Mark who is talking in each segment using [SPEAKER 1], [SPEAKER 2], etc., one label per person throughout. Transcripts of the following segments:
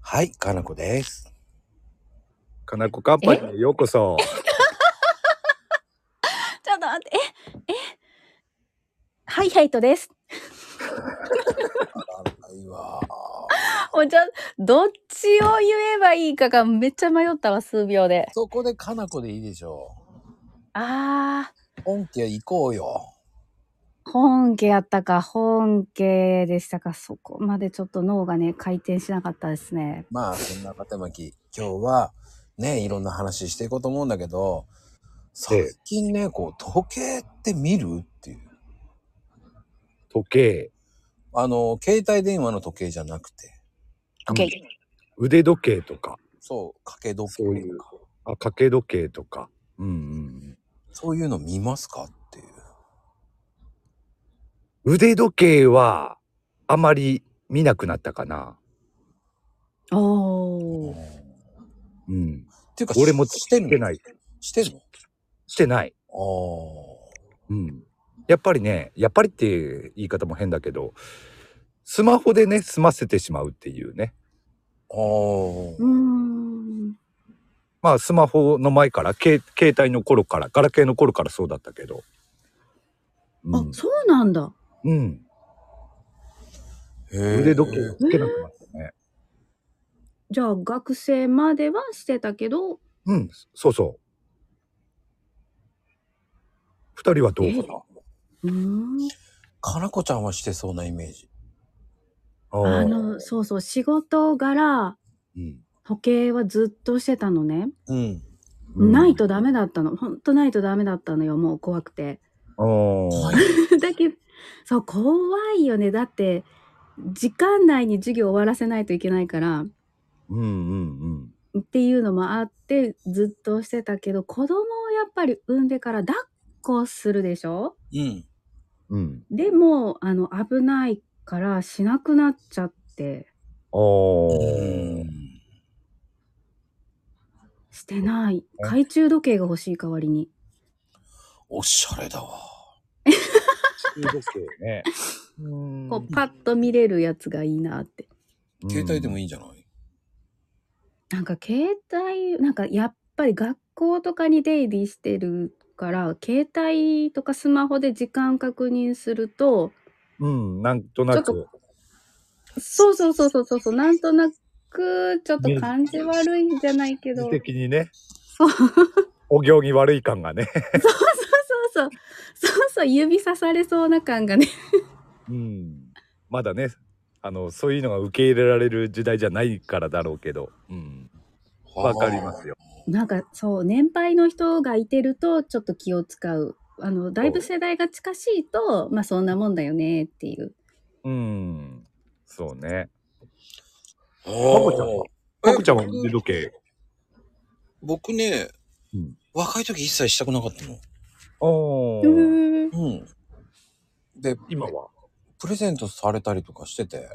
[SPEAKER 1] はい、かなこです。
[SPEAKER 2] かなこカンパニーへようこそ。
[SPEAKER 3] ちょっと待って、え、え、ハイハイトです。
[SPEAKER 1] はいわ
[SPEAKER 3] もうちょ、どっちを言えばいいかがめっちゃ迷ったわ、数秒で。
[SPEAKER 1] そこでかなこでいいでしょ
[SPEAKER 3] あ
[SPEAKER 1] う。本家行こうよ。
[SPEAKER 3] ー、本家やったか、本家でしたか、そこまでちょっと脳がね、回転しなかったですね。
[SPEAKER 1] まあ、そんな方巻き、今日はね、いろんな話していこうと思うんだけど、最近ね、こう、時計って見るっていう。
[SPEAKER 2] 時計、
[SPEAKER 1] あの、携帯電話の時計じゃなくて、
[SPEAKER 2] うん
[SPEAKER 3] OK。
[SPEAKER 2] 腕時計とか、
[SPEAKER 1] そう、掛け時計
[SPEAKER 2] そういうあ掛け時計とか。うんうん
[SPEAKER 1] そういうの見ますかっていう。
[SPEAKER 2] うん。腕時計はあまり見なくなったかな。
[SPEAKER 3] おー。
[SPEAKER 2] うん。
[SPEAKER 1] っていうか、
[SPEAKER 2] 俺も
[SPEAKER 1] し
[SPEAKER 2] つ
[SPEAKER 1] てる
[SPEAKER 2] け
[SPEAKER 1] の
[SPEAKER 2] ない。
[SPEAKER 1] してるの
[SPEAKER 2] してない。
[SPEAKER 1] ああ。
[SPEAKER 2] うん。やっぱりね、やっぱりっていう言い方も変だけど、スマホでね、済ませてしまうっていうね。
[SPEAKER 1] あー
[SPEAKER 3] うーん。
[SPEAKER 2] まあ、スマホの前から、け携帯の頃から、ガラケーの頃からそうだったけど。う
[SPEAKER 3] あ
[SPEAKER 2] ん、。
[SPEAKER 3] そうなんだ。
[SPEAKER 2] うん。
[SPEAKER 1] へー
[SPEAKER 2] 腕時計つけなくなったね。
[SPEAKER 3] じゃあ、学生まではしてたけど、
[SPEAKER 2] うん、そうそう。二人はどうか
[SPEAKER 3] うーん。
[SPEAKER 1] かなこちゃんはしてそうなイメージ。
[SPEAKER 3] あ
[SPEAKER 2] なあー
[SPEAKER 3] の、そうそう、仕事柄、
[SPEAKER 2] うん
[SPEAKER 3] 時計はずっとしてたのね。
[SPEAKER 1] うん。
[SPEAKER 2] うん
[SPEAKER 3] ないとダメだったの。ほんとないとダメだったのよ。もう怖くて。
[SPEAKER 2] あー
[SPEAKER 3] だけど、そう、怖いよね。だって、時間内に授業終わらせないといけないから、
[SPEAKER 2] うんうんうん。
[SPEAKER 3] っていうのもあって、ずっとしてたけど、子供をやっぱり産んでから抱っこするでしょ
[SPEAKER 1] うん。
[SPEAKER 2] うん。
[SPEAKER 3] でも、あの、危ないからしなくなっちゃって、
[SPEAKER 2] あ
[SPEAKER 1] う
[SPEAKER 2] ー
[SPEAKER 1] ん
[SPEAKER 3] してない。懐中時計が欲しい代わりに。
[SPEAKER 1] おしゃれだわ。
[SPEAKER 2] いいですよね。うん
[SPEAKER 3] こう、パッと見れるやつがいいなって。
[SPEAKER 1] 携帯でも
[SPEAKER 2] いい。
[SPEAKER 1] いいんじゃない
[SPEAKER 3] なんか携帯なんかやっぱり学校とかに出入りしてるから携帯とかスマホで時間確認すると
[SPEAKER 2] うん、なんとな
[SPEAKER 3] ちょ
[SPEAKER 2] く。
[SPEAKER 3] そうそうそうそうそうそうなんとなくちょっと感じ悪いんじゃないけど
[SPEAKER 2] 自
[SPEAKER 3] そう
[SPEAKER 2] 的にね。
[SPEAKER 3] そうそう
[SPEAKER 2] お行儀悪い感がね。
[SPEAKER 3] そうそうそう指さされそうな感がね
[SPEAKER 2] うん。まだね、あの、そういうのが受け入れられる時代じゃないからだろうけど。うん。わかりま
[SPEAKER 1] よ。
[SPEAKER 2] すよ。
[SPEAKER 3] なんかそう年配の人がいてるとちょっと気を使うあのだいぶ世代が近しいとまあそんなもんだよねっていう
[SPEAKER 2] うん。そうね。
[SPEAKER 1] あ
[SPEAKER 2] まこちゃんは
[SPEAKER 1] え
[SPEAKER 2] パクちゃんは腕時計。
[SPEAKER 1] 僕ね、
[SPEAKER 2] うん
[SPEAKER 1] 若い時一切したくなかったの。
[SPEAKER 2] あ
[SPEAKER 3] う
[SPEAKER 2] ー
[SPEAKER 3] ーん
[SPEAKER 1] うん。で、
[SPEAKER 2] 今は
[SPEAKER 1] プレゼントされたりとかしてて、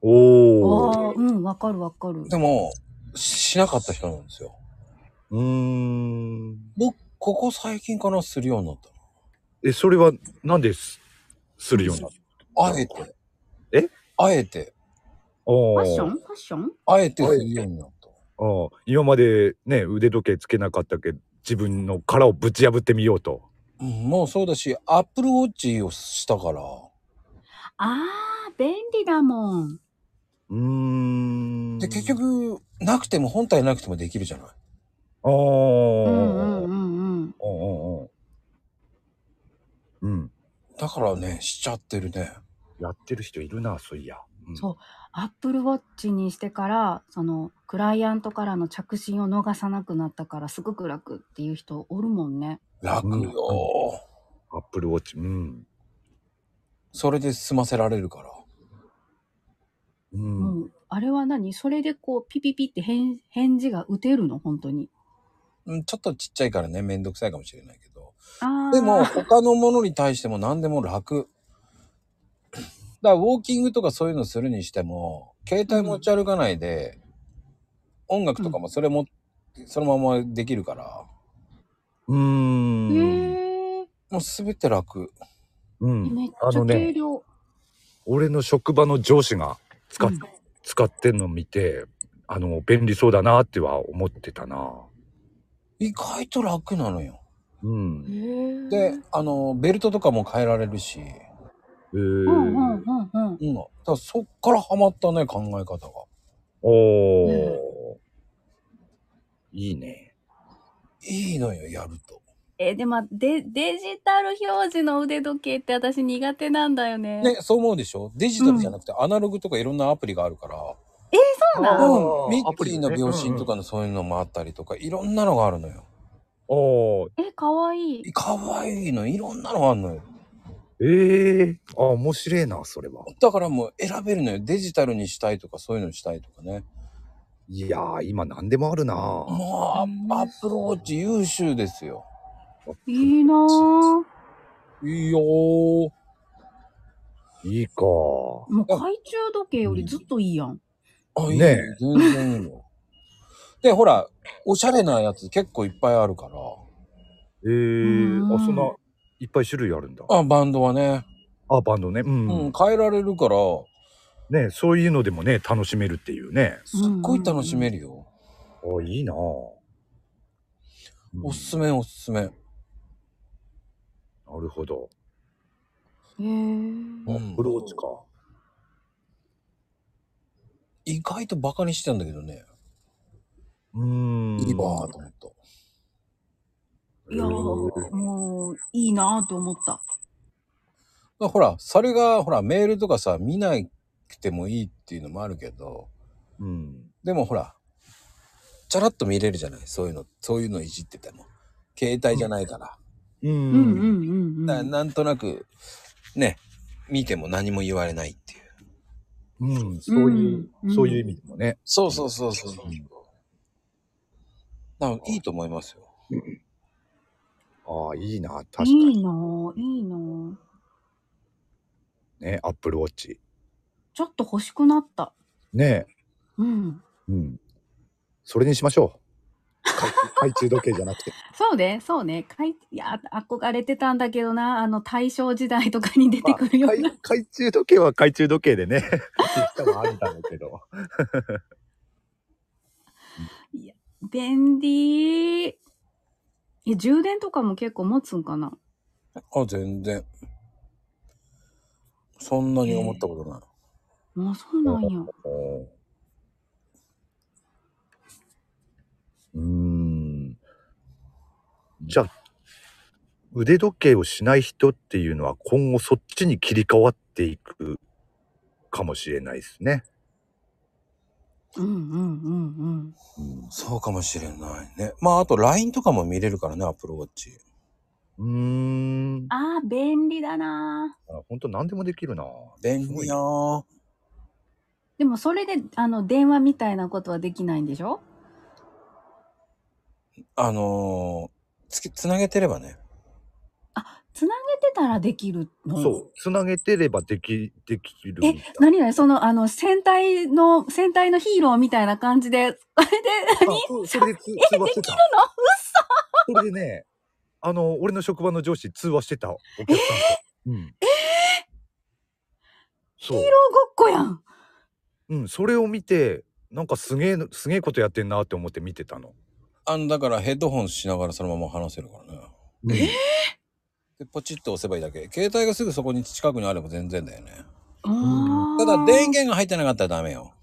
[SPEAKER 2] おお。
[SPEAKER 3] ああうんわかるわかる
[SPEAKER 1] でも、しなかった人なんですよ。
[SPEAKER 2] うーん。
[SPEAKER 1] 僕、ここ最近からするようになった
[SPEAKER 2] え、それはなんですするようになった
[SPEAKER 1] の。あえて。
[SPEAKER 2] え
[SPEAKER 1] あえて。
[SPEAKER 3] フ
[SPEAKER 2] フ
[SPEAKER 3] ァッションファッション
[SPEAKER 1] あえてするようになった。
[SPEAKER 2] ああ今までね、腕時計つけなかったけど、自分の殻をぶち破ってみようと。
[SPEAKER 1] うん、もうそうだし、アップルウォッチをしたから、
[SPEAKER 3] ああ、便利だもん。
[SPEAKER 2] うーん。
[SPEAKER 1] で、結、局、なくても、本体なくてもできるじゃない。
[SPEAKER 2] ああ。
[SPEAKER 3] う
[SPEAKER 2] うん
[SPEAKER 3] うんうんうん。
[SPEAKER 2] うんうん。うん。
[SPEAKER 1] だからね、しちゃってるね。
[SPEAKER 2] やってる人いるな、そういや。うん
[SPEAKER 3] そうアップルウォッチにしてから、そのクライアントからの着信を逃さなくなったから、すごく楽っていう人おるもんね。
[SPEAKER 1] 楽よ、
[SPEAKER 2] うんアップルウォッチ。うん。
[SPEAKER 1] それで済ませられるから。
[SPEAKER 2] う。
[SPEAKER 3] うんん。あれは何それでこう、ピピピって返返事が打てるの本当に。
[SPEAKER 1] うん、ちょっとちっちゃいからね、めんどくさいかもしれないけど。
[SPEAKER 3] ああ。
[SPEAKER 1] でも、他のものに対しても何でも楽。だから、ウォーキングとかそういうのするにしても、携帯持ち歩かないで、音楽とかもそれも、そのままできるから、
[SPEAKER 2] うーん。
[SPEAKER 3] へえ。
[SPEAKER 1] もうすべて楽。
[SPEAKER 2] う
[SPEAKER 3] めっ
[SPEAKER 2] ん。あ
[SPEAKER 3] ちゃ
[SPEAKER 2] のね
[SPEAKER 3] 軽、量。
[SPEAKER 2] 俺の職場の上司が使って使ってんの見て、あの、便利そうだなっては思ってたな。
[SPEAKER 1] 意外と楽なのよ。
[SPEAKER 2] うん。
[SPEAKER 1] で、あの、ベルトとかも変えられるし、
[SPEAKER 3] う
[SPEAKER 2] え
[SPEAKER 3] んうん
[SPEAKER 2] ー、
[SPEAKER 3] うんうん。
[SPEAKER 1] うん。だからそっからハマったね、考え方が。
[SPEAKER 2] おー。いいね。
[SPEAKER 1] いいのよ、やると。
[SPEAKER 3] えーでもデ、デジタル表示の腕時計って私苦手なんだよね。
[SPEAKER 1] ね、そう思うでしょデジタルじゃなくてアナログとかいろんなアプリがあるから、
[SPEAKER 3] そうなの
[SPEAKER 1] うん、ミッキーの秒針とかのそういうのもあったりとか、いろんなのがあるのよ。
[SPEAKER 2] おー。
[SPEAKER 3] え、かわいい。
[SPEAKER 1] かわいいの、いろんなのあるのよ。
[SPEAKER 2] ええー。あ、面白いな、それは。
[SPEAKER 1] だからもう選べるのよ。デジタルにしたいとか、そういうのにしたいとかね。
[SPEAKER 2] いやー、今何でもあるな。
[SPEAKER 1] もう、アアップローチ優秀ですよ。
[SPEAKER 3] いいなぁ。
[SPEAKER 1] いいよー。
[SPEAKER 2] いいか。
[SPEAKER 3] もう懐中時計よりずっといいやん。
[SPEAKER 1] あ、いい
[SPEAKER 2] ねえ
[SPEAKER 1] 全然いいよ。で、ほら、おしゃれなやつ結構いっぱいあるから。
[SPEAKER 2] ええー。
[SPEAKER 3] うん
[SPEAKER 2] あ、そんな、いっぱい種類あるんだ。
[SPEAKER 1] あ、バンドはね。
[SPEAKER 2] あ、バンドね。うん。
[SPEAKER 1] うん、変えられるから、
[SPEAKER 2] ね、そういうのでもね、楽しめるっていうね。
[SPEAKER 1] すっごい楽しめるよ。
[SPEAKER 2] あ、いいな。
[SPEAKER 1] おすすめおすすめ。
[SPEAKER 2] なるほど。
[SPEAKER 3] へぇ
[SPEAKER 1] う
[SPEAKER 2] ア
[SPEAKER 1] ん
[SPEAKER 2] ップローチか。
[SPEAKER 1] 意外とバカにしてたんだけどね。
[SPEAKER 2] うーん。
[SPEAKER 1] いいわーと思った。
[SPEAKER 3] いやーもう、いいなぁと思った。
[SPEAKER 1] まあほら、それが、ほら、メールとかさ、見なくてもいいっていうのもあるけど、
[SPEAKER 2] うん。
[SPEAKER 1] でもほら、チャラッと見れるじゃないそういうの、そういうのいじってても。携帯じゃないから。
[SPEAKER 2] う。
[SPEAKER 3] うんんうんうん
[SPEAKER 1] だから
[SPEAKER 3] うん。
[SPEAKER 1] なんとなく、ね、見ても何も言われないっていう。
[SPEAKER 2] うん。そういう、
[SPEAKER 3] うん
[SPEAKER 2] そういう意味でもね。
[SPEAKER 1] そうそうそうそう。だからいいと思いますよ。
[SPEAKER 2] ああ、いいな。確か
[SPEAKER 3] い
[SPEAKER 2] に
[SPEAKER 3] いなぁ、いいなぁ。
[SPEAKER 2] ね。アップルウォッチ。
[SPEAKER 3] ちょっと欲しくなった。
[SPEAKER 2] ね。
[SPEAKER 3] うん。
[SPEAKER 2] うん。それにしましょう。 懐懐中時計じゃなくて。
[SPEAKER 3] そうね、そうね。かいいや、憧れてたんだけどな、あの、大正時代とかに出てくるよ
[SPEAKER 2] まあ
[SPEAKER 3] うな。
[SPEAKER 2] 懐懐中時計は懐中時計でね。って人もあるんだろうけど。
[SPEAKER 3] 便利。いや、充電とかも結構持つんかな。
[SPEAKER 1] あ、全然。そんなに思ったことない。
[SPEAKER 3] あ、そうなんや。
[SPEAKER 2] お うーん。じゃあ、腕時計をしない人っていうのは今後そっちに切り替わっていくかもしれないですね。
[SPEAKER 3] うんうんうんうん。
[SPEAKER 1] そうかもしれないね。まあ、あと LINE とかも見れるからね、アプローチ。
[SPEAKER 2] うん。うーん。
[SPEAKER 3] ああ、便利だな。
[SPEAKER 2] 本当何でもできるな。
[SPEAKER 1] 便利よ。
[SPEAKER 3] でもそれで、あの、電話みたいなことはできないんでしょ
[SPEAKER 1] あのーつき、つなげてればね。
[SPEAKER 3] つなげてたらできるの
[SPEAKER 2] そう。つなげてればでき、できるみ
[SPEAKER 3] え
[SPEAKER 2] たい。、
[SPEAKER 3] 何々その、あの、戦隊の、戦隊のヒーローみたいな感じで、 あれで、
[SPEAKER 2] あそうそれで通通話してた。それでね、あの、俺の職場の上司通話してたお客さんと。うん。えそう。
[SPEAKER 3] ヒーローごっこやん。
[SPEAKER 2] うん、それを見て、なんかすげえの、すげえことやってんなって思って見てたの。
[SPEAKER 1] あの、だからヘッドホンしながらそのまま話せるからね。
[SPEAKER 2] え
[SPEAKER 1] で、ポチッと押せばいいだけ。携帯がすぐそこに近くにあれば全然だよね。
[SPEAKER 3] あ
[SPEAKER 1] た
[SPEAKER 3] ー
[SPEAKER 1] だ、電源が入ってなかったらダメよ。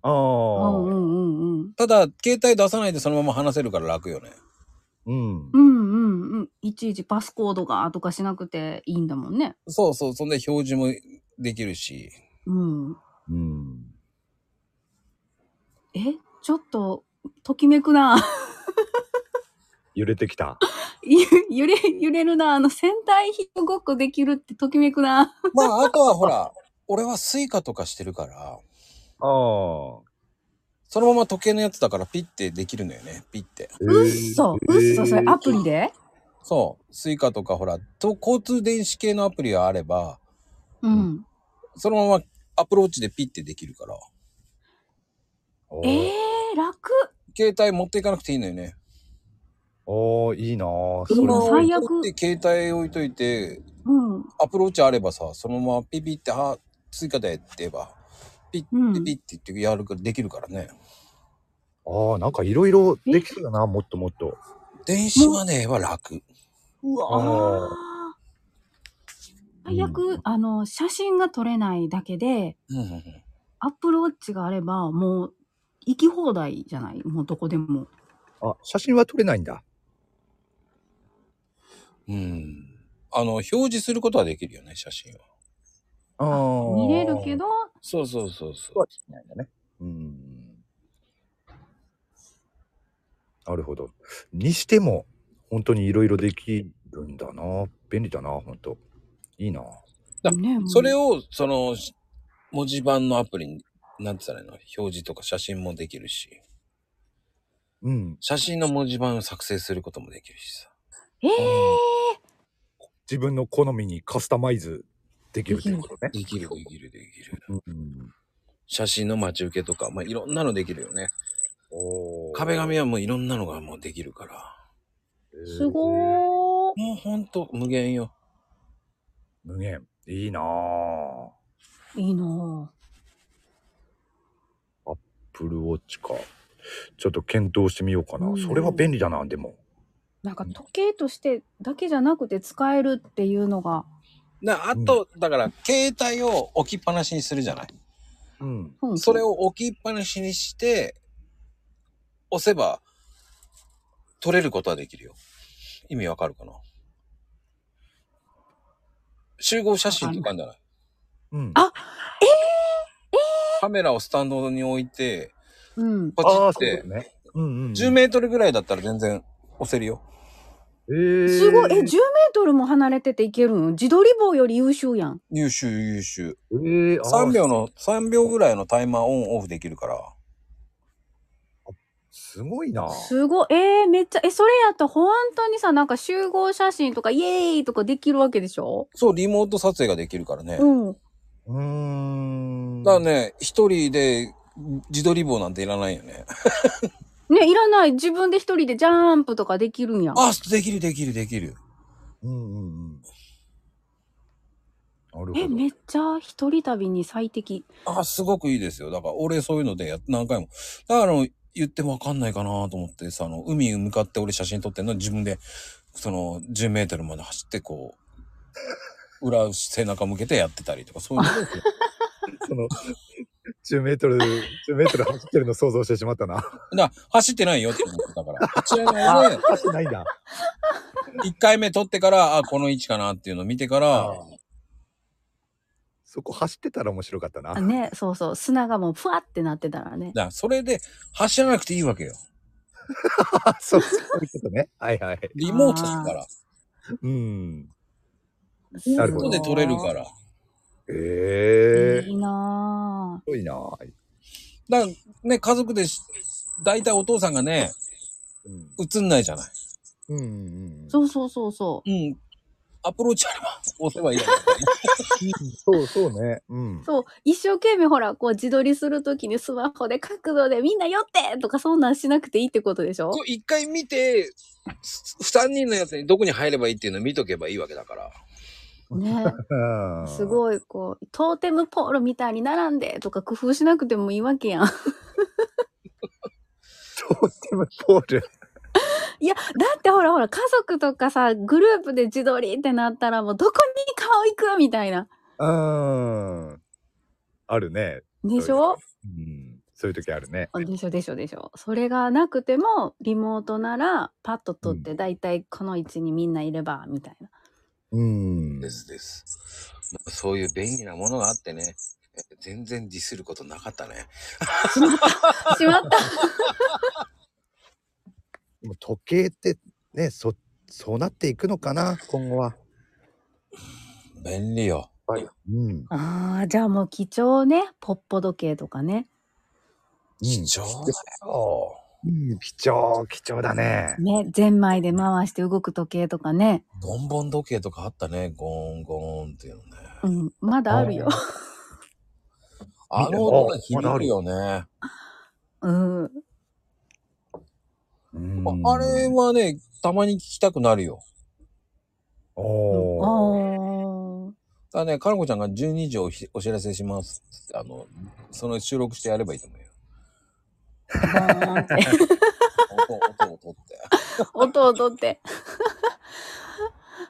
[SPEAKER 2] あ
[SPEAKER 3] うんうん
[SPEAKER 2] あ、
[SPEAKER 3] うんうん。
[SPEAKER 1] ただ、携帯出さないでそのまま話せるから楽よね。
[SPEAKER 2] うん
[SPEAKER 3] う。んうんうん。いちいちパスコードがとかしなくていいんだもんね。
[SPEAKER 1] そうそう、そんで表示もできるし。
[SPEAKER 3] うん。
[SPEAKER 2] うん。
[SPEAKER 3] え、ちょっと、ときめくな。
[SPEAKER 2] 揺れてきた。
[SPEAKER 3] ゆ揺れ、揺れるな。あの、戦隊ヒーローごっこできるってときめくな。
[SPEAKER 1] まあ、あとはほら、 俺はスイカとかしてるから、
[SPEAKER 2] ああ。
[SPEAKER 1] そのまま時計のやつだからピッてできるのよね。ピッて。
[SPEAKER 3] うっそ、うっそ、それアプリ
[SPEAKER 2] で。
[SPEAKER 3] で
[SPEAKER 1] そう。スイカとかほら、と交通電子系のアプリがあれば、
[SPEAKER 3] うん。
[SPEAKER 1] そのままアプローチでピッてできるから、
[SPEAKER 2] あー
[SPEAKER 3] えー、楽。
[SPEAKER 1] 携帯持っていかなくていいのよね。
[SPEAKER 2] あー、いいなーそれ
[SPEAKER 3] 今
[SPEAKER 2] も。
[SPEAKER 3] 最悪
[SPEAKER 1] 持って携帯置いといて、
[SPEAKER 3] うん。
[SPEAKER 1] アプローチあればさ、そのままピピって、あ、追加でって言えば、
[SPEAKER 3] うん
[SPEAKER 1] ピッて言ってやるからできるからね。
[SPEAKER 2] ああ、なんかいろいろできそうだな、もっともっと。
[SPEAKER 1] 電子マネーは楽。
[SPEAKER 3] う
[SPEAKER 2] あ
[SPEAKER 3] わあ
[SPEAKER 2] ーうん
[SPEAKER 3] 最悪、あの写真が撮れないだけで
[SPEAKER 1] うんうんうん。
[SPEAKER 3] アップルウォッチがあればもう行き放題じゃないもうどこでも
[SPEAKER 2] あ、写真は撮れないんだ。
[SPEAKER 1] うん。あの、表示することはできるよね、写真は。
[SPEAKER 2] ああ。
[SPEAKER 3] 見れるけど
[SPEAKER 1] そうそうそうそ
[SPEAKER 2] は
[SPEAKER 1] う。
[SPEAKER 2] できないんだね。うん。なるほど。にしても、本当にいろいろできるんだな。便利だな、本当。いいな。
[SPEAKER 1] だ
[SPEAKER 3] ねもう
[SPEAKER 1] それを、その、し文字盤のアプリに、なんて言ったらいいの表示とか写真もできるし、
[SPEAKER 2] うん。
[SPEAKER 1] 写真の文字盤を作成することもできるしさ。
[SPEAKER 3] ええ
[SPEAKER 2] 自分の好みにカスタマイズできるっていうことね。
[SPEAKER 1] できる、できる、できる。
[SPEAKER 2] うん。
[SPEAKER 1] 写真の待ち受けとか、まあ、いろんなのできるよね。
[SPEAKER 2] おー
[SPEAKER 1] 壁紙はもういろんなのがもうできるから。
[SPEAKER 3] すご
[SPEAKER 2] えー
[SPEAKER 3] ー
[SPEAKER 1] もうほんと無限よ。
[SPEAKER 2] 無限。いいなぁ。
[SPEAKER 3] いいなあ
[SPEAKER 2] プルウォッチか。ちょっと検討してみようかな。
[SPEAKER 3] うん
[SPEAKER 2] それは便利だな、でも。
[SPEAKER 3] なんか時計としてだけじゃなくて使えるっていうのが
[SPEAKER 1] なあと、だから、携帯を置きっぱなしにするじゃない。
[SPEAKER 2] うん。
[SPEAKER 3] うん
[SPEAKER 1] それを置きっぱなしにして、押せば、取れることはできるよ。意味わかるかな集合写真とかあるんじゃない
[SPEAKER 2] うん。
[SPEAKER 3] あ
[SPEAKER 1] カメラをスタンドに置いて、
[SPEAKER 3] うん
[SPEAKER 1] パチ
[SPEAKER 2] あ
[SPEAKER 1] っ
[SPEAKER 2] ー、そういう
[SPEAKER 1] て
[SPEAKER 2] こ、とね。うんうん。
[SPEAKER 1] 10メートルぐらいだったら全然押せるよ。
[SPEAKER 2] えー
[SPEAKER 3] すごいえ10メートルも離れてていけるん自撮り棒より優秀やん
[SPEAKER 1] 優秀優秀。
[SPEAKER 2] えー、あー
[SPEAKER 1] 3秒の、3秒ぐらいのタイマーオンオフできるから。
[SPEAKER 2] すごいな。
[SPEAKER 3] すごい。えー、めっちゃ、え、それやと本当にさ、なんか集合写真とか、イエーイとかできるわけでしょ
[SPEAKER 1] そう、リモート撮影ができるからね。
[SPEAKER 3] うん。
[SPEAKER 2] うーん。
[SPEAKER 1] だからね、一人で自撮り棒なんていらないよね。
[SPEAKER 3] ね、いらない。自分で一人でジャンプとかできるんやん。
[SPEAKER 1] あ、できるできるできる。
[SPEAKER 2] うんうんうん。なるほ
[SPEAKER 3] え、
[SPEAKER 2] ど。
[SPEAKER 3] めっちゃ一人旅に最適。
[SPEAKER 1] あ、すごくいいですよ。だから俺そういうのでや何回も。だからあの言ってもわかんないかなと思ってさ、あの、海に向かって俺写真撮ってんの自分で、その10メートルまで走ってこう、裏背中向けてやってたりとか、そういうの ですよ。
[SPEAKER 2] その、10メートル、10メートル走ってるの想像してしまったな。
[SPEAKER 1] だから走ってないよって思ってたから。一応ね、
[SPEAKER 2] 走ってないんだ。
[SPEAKER 1] 1回目撮ってから、あ、この位置かなっていうのを見てから、
[SPEAKER 2] そこ走ってたら面白かったな。
[SPEAKER 3] あね、そうそう。砂がもうふわってなってたらね。
[SPEAKER 1] だからそれで走らなくていいわけよ。
[SPEAKER 2] あ そう、そういうことね。はいはい。
[SPEAKER 1] リモートだから。
[SPEAKER 2] うん。な
[SPEAKER 1] リ
[SPEAKER 2] る
[SPEAKER 1] モ
[SPEAKER 2] ほ
[SPEAKER 1] ート
[SPEAKER 2] ど
[SPEAKER 1] で撮れるから。
[SPEAKER 2] え
[SPEAKER 3] え
[SPEAKER 2] えー。
[SPEAKER 3] いいなぁ。
[SPEAKER 2] すごいな。
[SPEAKER 1] だからね、家族でし、大体お父さんがね、
[SPEAKER 2] うん。
[SPEAKER 1] 映んないじゃない。
[SPEAKER 2] うんうんうん。
[SPEAKER 3] そうそうそうそ
[SPEAKER 1] うん。アプローチあれば押せばいい や。
[SPEAKER 2] そうそうね。うん
[SPEAKER 3] う。。そう。一生懸命ほら、こう自撮りするときにスマホで角度でみんな寄ってとかそんなんしなくていいってことでしょ
[SPEAKER 1] こう一回見て、3人のやつにどこに入ればいいっていうのを見とけばいいわけだから。
[SPEAKER 3] ね。
[SPEAKER 2] うん
[SPEAKER 3] すごいこうトーテムポールみたいに並んでとか工夫しなくてもいいわけやん。
[SPEAKER 2] トーテムポール。
[SPEAKER 3] いやだってほらほら家族とかさグループで自撮りってなったらもうどこに顔行くみたいな。
[SPEAKER 2] うん。あるね。
[SPEAKER 3] でしょ
[SPEAKER 2] うん。そういう時あるね。
[SPEAKER 3] でしょでしょでしょ。それがなくてもリモートならパッと撮ってだいたいこの位置にみんないればみたいな。
[SPEAKER 2] うん。
[SPEAKER 1] ですです。まあそういう便利なものがあってね、え全然ディスることなかったね。
[SPEAKER 3] しま った
[SPEAKER 2] でも時計ってね、そ、そうなっていくのかな、今後は。
[SPEAKER 1] 便利よ。
[SPEAKER 2] うん。
[SPEAKER 3] あーじゃあもう貴重ねポッポ時計とかね。
[SPEAKER 1] 貴重だよ。
[SPEAKER 2] うん、貴重、貴重だね。
[SPEAKER 3] ねゼンマイで回して動く時計とかね。
[SPEAKER 1] ボンボン時計とかあったね。ゴーンゴーンっていうのね。
[SPEAKER 3] うんまだあるよ。
[SPEAKER 1] あの音が響くよね。
[SPEAKER 3] うん
[SPEAKER 2] うん
[SPEAKER 1] ああれはね、 たまに聞きたくなるよ。
[SPEAKER 2] おー
[SPEAKER 3] おー
[SPEAKER 1] だね、かのこちゃんが12時をひお知らせします。あの、その収録してやればいいと思うよ。
[SPEAKER 3] バーンって
[SPEAKER 1] 音、音を取って。
[SPEAKER 3] 音を取って。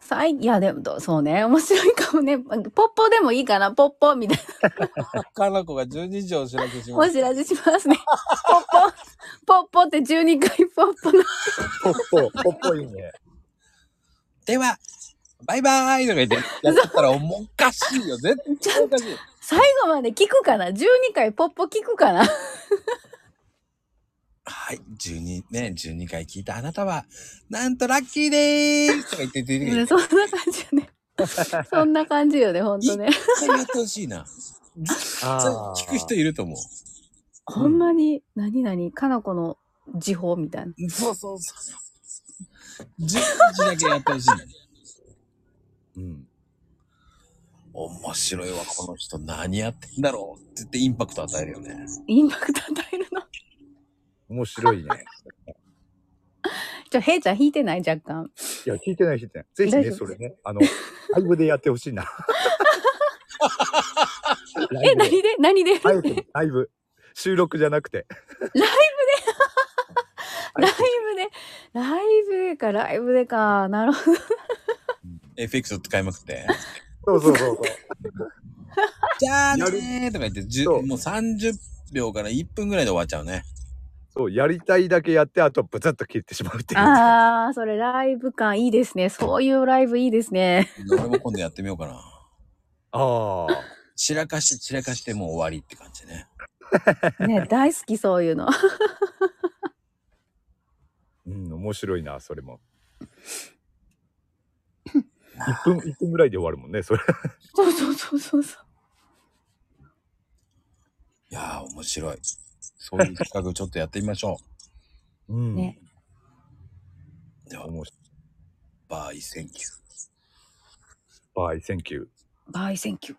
[SPEAKER 3] 最いやでもどうそうね面白いかもねポッポでもいいかなポッポみたい
[SPEAKER 1] かのこが12時をお知らせし
[SPEAKER 3] な
[SPEAKER 1] ま
[SPEAKER 3] お
[SPEAKER 1] す。
[SPEAKER 3] 知らせしますねポッポポッポって12回ポッポの
[SPEAKER 2] ポッポ、ポッポいいね。
[SPEAKER 1] では、バイバーイとか言って、やってたらもうおかしいよ。絶対おかしい。
[SPEAKER 3] 最後まで聞くかな12回ポッポ聞くかな
[SPEAKER 1] はい、12、ね、12回聞いたあなたは、なんとラッキーでーすとか言って出てく
[SPEAKER 3] うん
[SPEAKER 1] る。
[SPEAKER 3] そんな感じよね。そんな感じよね、ほんとね。
[SPEAKER 1] 絶対やってほしいな。
[SPEAKER 2] あー
[SPEAKER 1] 聞く人いると思う。
[SPEAKER 3] ほんまに、何々、かなこの時報みたいな。
[SPEAKER 1] そうそうそう。12時だけやってほしいな。
[SPEAKER 2] うん。
[SPEAKER 1] 面白いわ、この人何やってんだろうって言ってインパクト与えるよね。
[SPEAKER 3] インパクト与えるの。
[SPEAKER 2] 面白いね。
[SPEAKER 3] ちょ、へいちゃん弾いてない若干。
[SPEAKER 2] いや、聞いてない、聞いてない。ぜひ
[SPEAKER 3] 大
[SPEAKER 2] ね、
[SPEAKER 3] 丈夫
[SPEAKER 2] それね、あの、 ライブでやってほしいな。ラ
[SPEAKER 3] え、
[SPEAKER 2] イブで
[SPEAKER 3] 何で何で
[SPEAKER 2] ライブ、ライブ。収録じゃなくて。
[SPEAKER 3] ライブで。ライブか、ライブでか。な るほど。
[SPEAKER 1] エフェクト使いまくって。
[SPEAKER 2] そうそう そうそう。
[SPEAKER 1] じゃあねーとか言って、じゅ
[SPEAKER 2] そう
[SPEAKER 1] もう30秒から1分ぐらいで終わっちゃうね。
[SPEAKER 2] そう、やりたいだけやって、あとはブツッと切ってしまうっていう。
[SPEAKER 3] あー、それライブ感いいですね。そういうライブいいですね。
[SPEAKER 1] 俺も今度やってみようかな。
[SPEAKER 2] ああ。
[SPEAKER 1] 散らかして散らかしてもう終わりって感じね。
[SPEAKER 3] ね、大好きそういうの。
[SPEAKER 2] うん、面白いな、それも。1分、一分ぐらいで終わるもんね、それ。
[SPEAKER 3] そうそうそうそうそう。
[SPEAKER 1] いやー、面白い。そういう企画ちょっとやってみましょ
[SPEAKER 2] うん。
[SPEAKER 3] ね
[SPEAKER 1] う。では、
[SPEAKER 2] 面白い。
[SPEAKER 1] バイセンキュー。
[SPEAKER 2] バイ、センキュー。
[SPEAKER 3] バイセンキュー。